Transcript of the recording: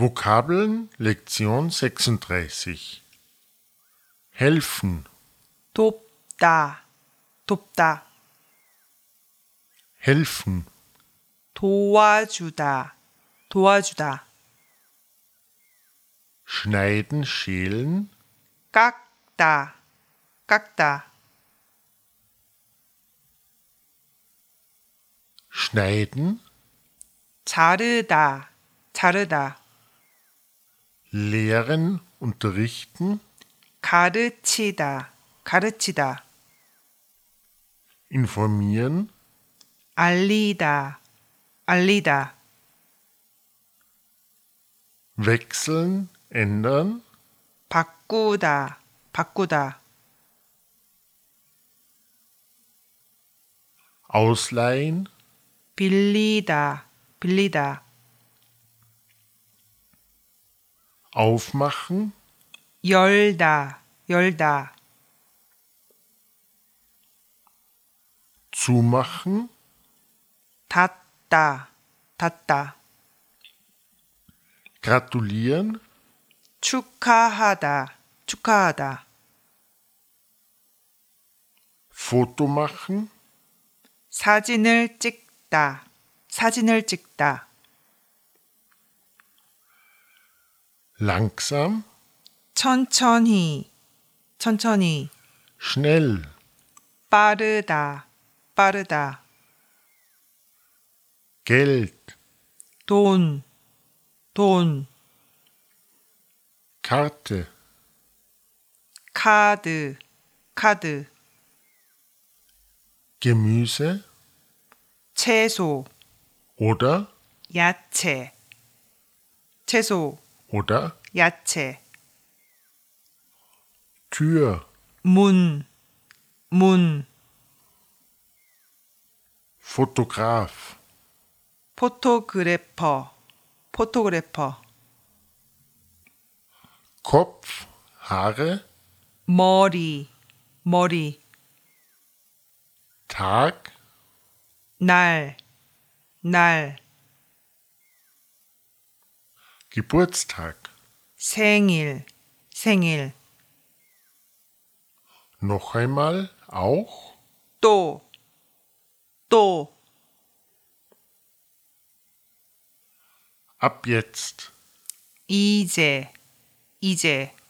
Vokabeln Lektion 36 Helfen, 돕다, 돕다, helfen, 도와주다, 도와주다, schneiden, schälen, 깎다, 깎다, schneiden, 자르다, 자르다, lehren, unterrichten, 가르치다, 가르치다, informieren, 알리다, 알리다, wechseln, ändern, 바꾸다, 바꾸다, ausleihen, 빌리다, 빌리다, aufmachen, 열다, 열다, zumachen, 닫다, 닫다, gratulieren, 축하하다, 축하하다, Foto machen, 사진을 찍다, 사진을 찍다, langsam, 천천히, 천천히, schnell, 빠르다, 빠르다, Geld, 돈, 돈, Karte, 카드, 카드, Gemüse 채소, oder 야채, 채소, oder 야채, Tür, 문, 문, Fotograf, 포토그래퍼, 포토그래퍼, Kopf, Haare, 머리, 머리, Tag, 날, 날, Geburtstag, 생일, 생일, noch einmal, auch, 또, 또, ab jetzt, 이제, 이제,